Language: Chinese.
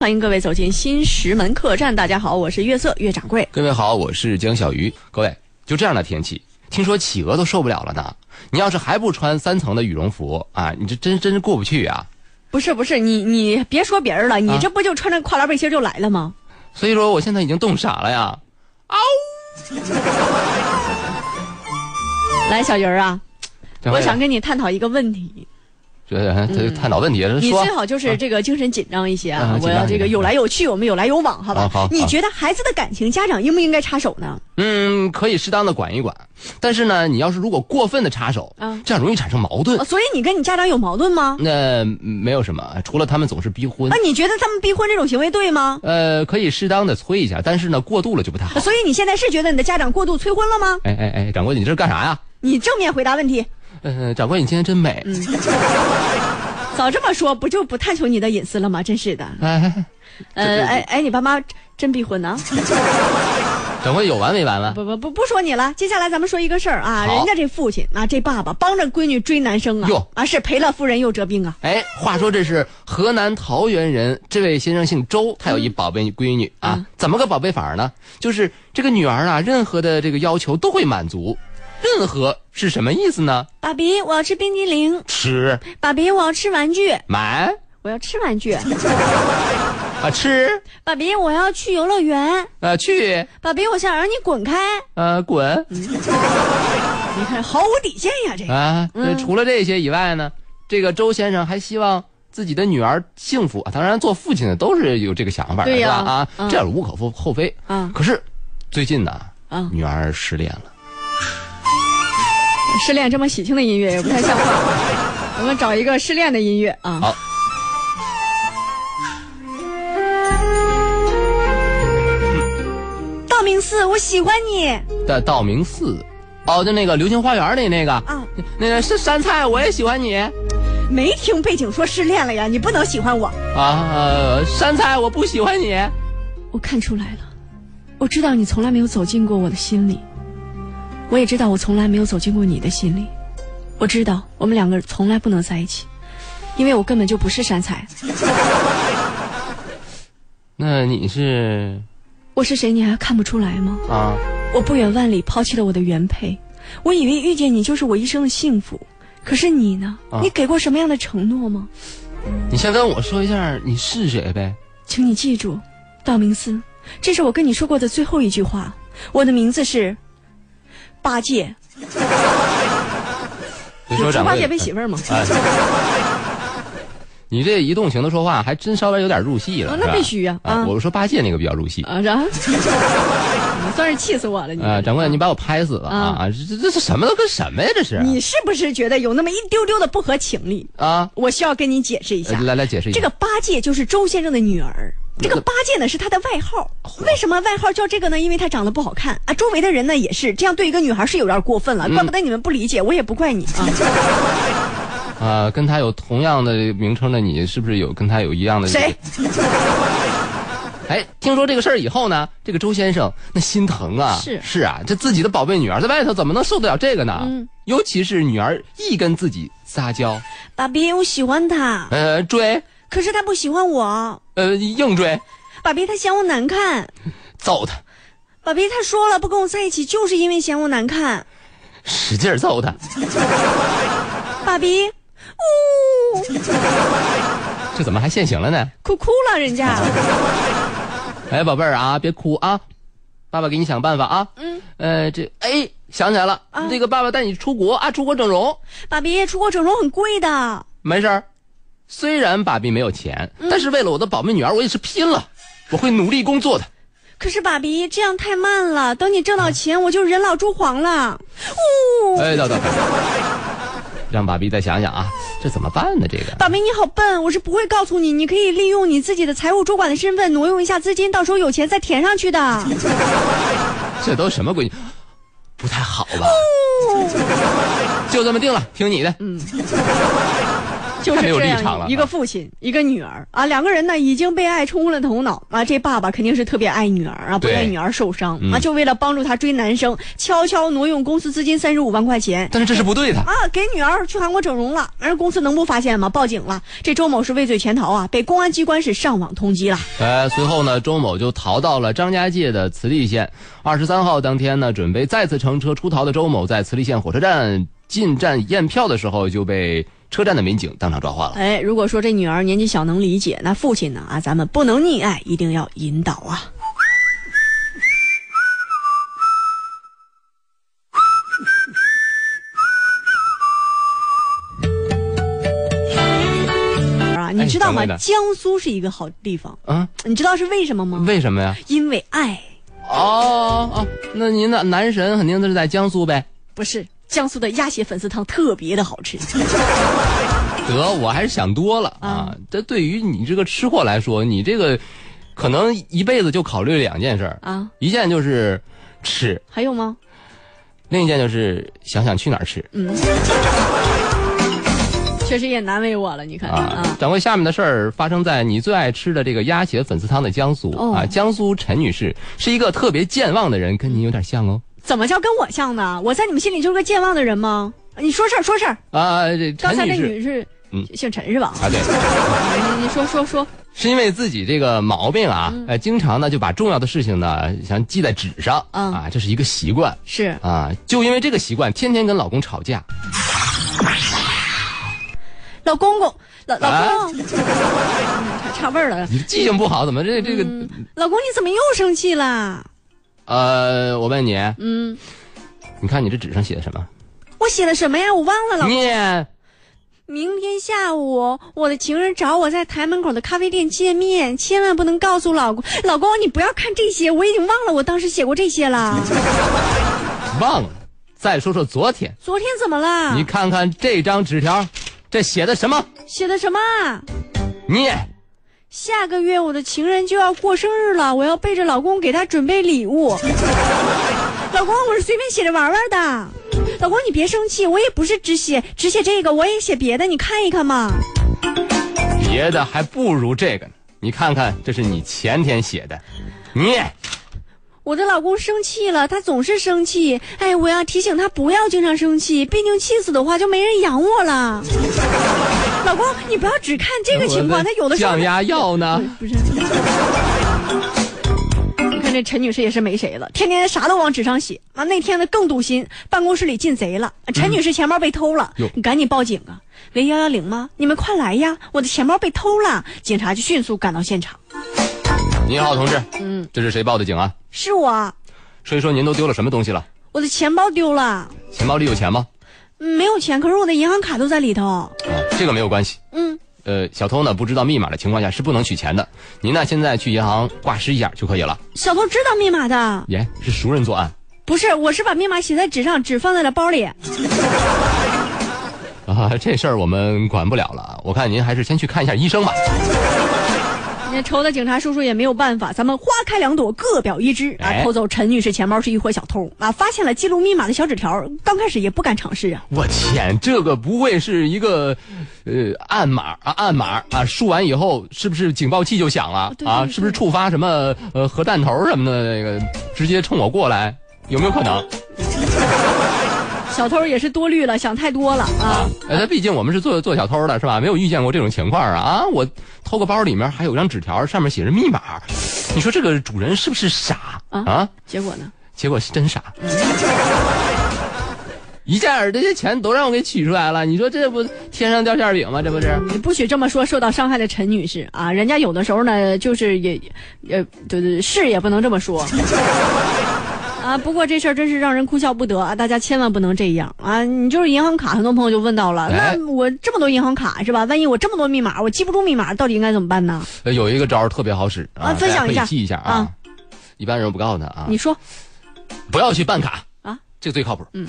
欢迎各位走进新石门客栈。大家好，我是月色月掌柜。各位好，我是江小鱼。各位，就这样的天气，听说企鹅都受不了了呢。你要是还不穿三层的羽绒服啊，你这真真是过不去啊。不是不是，你你别说别人了，你这不就穿着跨栏背心就来了吗？所以说，我现在已经冻傻了呀。来，小鱼儿啊，这我想跟你探讨一个问题，这他就探讨问题，你说最好就是这个精神紧张一些啊！啊我紧要张这紧个张有来有去，我们有来有往，好吧？好好好你觉得孩子的感情，家长应不应该插手呢？嗯，可以适当的管一管，但是呢，你要是如果过分的插手，啊这样容易产生矛盾哦。所以你跟你家长有矛盾吗？那没有什么，除了他们总是逼婚那，你觉得他们逼婚这种行为对吗？呃，可以适当的催一下，但是呢，过度了就不太好。所以你现在是觉得你的家长过度催婚了吗？哎哎哎，掌柜，你这是干啥呀？你正面回答问题，呃，掌柜，你今天真美。嗯早这么说不就不探求你的隐私了吗？真是的。哎哎，呃，哎哎，你爸妈真逼婚呢？ 哎掌柜有完没完了？不不不不说你了，接下来咱们说一个事儿啊，好人家这父亲啊，这爸爸帮着闺女追男生啊哟，啊是赔了夫人又折兵啊。哎，话说这是河南桃源人，这位先生姓周，他有嗯一宝贝闺女啊，怎么个宝贝法呢？就是这个女儿啊，任何的这个要求都会满足，任何是什么意思呢？爸比，我要吃冰激凌。吃爸比，我要吃玩具，买我要吃玩具。啊吃爸比，我要去游乐园。呃去爸比，我想让你滚开。呃滚你看毫无底线呀，这个。啊！这除了这些以外呢，这个周先生还希望。自己的女儿幸福啊，当然做父亲的都是有这个想法的，对是呀吧？啊，嗯这样无可厚厚非。嗯可是最近呢，嗯女儿失恋了。失恋这么喜庆的音乐也不太像话，我们找一个失恋的音乐啊。好道明寺，我喜欢你。的道明寺，哦，就那个《流星花园》里那个，啊，那个是山菜，我也喜欢你啊，没听背景说失恋了呀，你不能喜欢我。呃，山菜我不喜欢你，我看出来了，我知道你从来没有走进过我的心里，我也知道我从来没有走进过你的心里。我知道我们两个从来不能在一起，因为我根本就不是山菜。那你是我是谁，你还看不出来吗？啊，我不远万里抛弃了我的原配，我以为遇见你就是我一生的幸福。可是你呢？啊你给过什么样的承诺吗？你先跟我说一下你是谁呗？请你记住，道明寺，这是我跟你说过的最后一句话。我的名字是八戒。你说猪掌八柜戒，被媳妇儿吗？哎你这一动情的说话还真稍微有点入戏了，啊那是吧必须呀啊啊！我说八戒那个比较入戏。啊，然后 你算是气死我了，你啊，掌柜，你把我拍死了嗯啊啊！啊，这这这什么都跟什么呀？这是你是不是觉得有那么一丢丢的不合情理？啊，我需要跟你解释一下，来来解释一下这个八戒就是周先生的女儿。这个八戒呢是他的外号，为什么外号叫这个呢？因为他长得不好看啊，周围的人呢也是这样对一个女孩是有点过分了，怪不得你们不理解，我也不怪你嗯啊。啊，跟他有同样的名称的你，是不是有跟他有一样的 谁？哎，听说这个事儿以后呢，这个周先生那心疼啊，是是啊，这自己的宝贝女儿在外头怎么能受得了这个呢？嗯尤其是女儿一跟自己撒娇，爸比，我喜欢他，呃，追，可是他不喜欢我。呃，硬追，爸比，他嫌我难看。揍她，爸比，他说了不跟我在一起，就是因为嫌我难看。使劲儿揍她，爸比，呜，这怎么还现形了呢？哭哭了人 家。哎，宝贝儿啊，别哭啊，爸爸给你想办法啊。嗯，呃，这哎，想起来了，啊这个爸爸带你出国啊，出国整容，爸比，出国整容很贵的。没事儿。虽然爸比没有钱，嗯但是为了我的宝贝女儿，我也是拼了，我会努力工作的。可是爸比这样太慢了，等你挣到钱，我就人老珠黄了。呜、哎，等等，等等让爸比再想想啊，这怎么办呢？这个爸比你好笨，我是不会告诉你，你可以利用你自己的财务主管的身份挪用一下资金，到时候有钱再填上去 的。这都什么规矩？不太好吧？就这么定了，听你的。嗯。就是没有这立场了样一个父亲，一个女儿啊，两个人呢已经被爱冲昏了头脑啊。这爸爸肯定是特别爱女儿啊，不对愿女儿受伤嗯啊，就为了帮助她追男生，悄悄挪用公司资金三十五万块钱。但是这是不对的。啊，给女儿去韩国整容了，而公司能不发现吗？报警了，这周某是畏罪潜逃啊，被公安机关是上网通缉了。呃，随后呢，周某就逃到了张家界的慈利县。二十三号当天呢，准备再次乘车出逃的周某，在慈利县火车站进站验票的时候，就被车站的民警当场抓获了。哎，如果说这女儿年纪小能理解，那父亲呢啊，咱们不能溺爱，一定要引导啊。 哎啊，你知道吗？哎等会儿江苏是一个好地方，啊，你知道是为什么吗？为什么呀？因为爱，哦哦，那您的男神肯定都是在江苏呗？不是江苏的鸭血粉丝汤特别的好吃。得，我还是想多了嗯啊。这对于你这个吃货来说，你这个可能一辈子就考虑两件事儿啊，一件就是吃，还有吗？另一件就是想想去哪儿吃嗯确实也难为我了，你看啊。掌柜，下面的事儿发生在你最爱吃的这个鸭血粉丝汤的江苏、哦啊。江苏陈女士是一个特别健忘的人，跟您有点像哦。怎么叫跟我像呢？我在你们心里就是个健忘的人吗？你说事儿说事儿，啊，这刚陈才那女士女是嗯姓陈是吧？啊，对。哎你你说说说，是因为自己这个毛病啊，嗯呃，经常呢就把重要的事情呢想记在纸上，嗯啊，这是一个习惯是啊，就因为这个习惯，天天跟老公吵架，老公公，老老公，啊差差味儿了。你记性不好，怎么嗯这这个、老公，你怎么又生气啦？呃，我问你，嗯，你看你这纸上写的什么？我写了什么呀？我忘了。老念明天下午，我的情人找我在台门口的咖啡店见面，千万不能告诉老公。老公，你不要看这些，我已经忘了我当时写过这些了。忘了，再说说昨天，昨天怎么啦你？看看这张纸条，这写的什么？写的什么啊？念下个月我的情人就要过生日了，我要背着老公给他准备礼 物。老公，我是随便写着玩玩的。老公，你别生气，我也不是只写只写这个，我也写别的，你看一看嘛。别的还不如这个呢，你看看这是你前天写的，念我的老公生气了，他总是生气。哎，我要提醒他不要经常生气，毕竟气死的话就没人养我 了。老公，你不要只看这个情况，他有的时候降压药呢。不是。你看这陈女士也是没谁了，天天啥都往纸上写啊。那天呢更堵心，办公室里进贼了，陈女士钱包被偷了，哟你赶紧报警啊！喂幺幺零吗？你们快来呀！我的钱包被偷了，警察就迅速赶到现场。您好，同志，嗯，这是谁报的警啊？是我，说一说您都丢了什么东西了？我的钱包丢了，钱包里有钱吗？嗯没有钱，可是我的银行卡都在里头。啊、这个没有关系。嗯，呃，小偷呢不知道密码的情况下是不能取钱的。您呢现在去银行挂失一下就可以了。小偷知道密码的，耶，是熟人作案不是，我是把密码写在纸上，纸放在了包里。啊，这事儿我们管不了了啊。我看您还是先去看一下医生吧。那愁的警察叔叔也没有办法，咱们花开两朵，各表一枝啊！哎偷走陈女士钱包是一伙小偷啊，发现了记录密码的小纸条，刚开始也不敢尝试啊。我天，这个不会是一个，呃，暗码啊，暗码啊，输完以后是不是警报器就响了哦对啊？对是不是触发什么呃核弹头什么的那个直接冲我过来？有没有可能小偷也是多虑了，想太多了啊！啊？呃，毕竟我们是做做小偷的，是吧？没有遇见过这种情况啊！啊，我偷个包里面还有张纸条，上面写着密码，你说这个主人是不是傻啊啊？结果呢？结果是真傻。一下儿这些钱都让我给取出来了，你说这不天上掉馅儿饼吗？这不是？你不许这么说受到伤害的陈女士啊！人家有的时候呢，就是也，也就是是也不能这么说。 啊，不过这事儿真是让人哭笑不得啊！大家千万不能这样啊！你就是银行卡，很多朋友就问到了，哎那我这么多银行卡是吧？万一我这么多密码，我记不住密码，到底应该怎么办呢？呃，有一个招儿特别好使啊分享一下大家可以记一下啊。啊一般人我不告诉他啊，你说不要去办卡啊，这个最靠谱。嗯，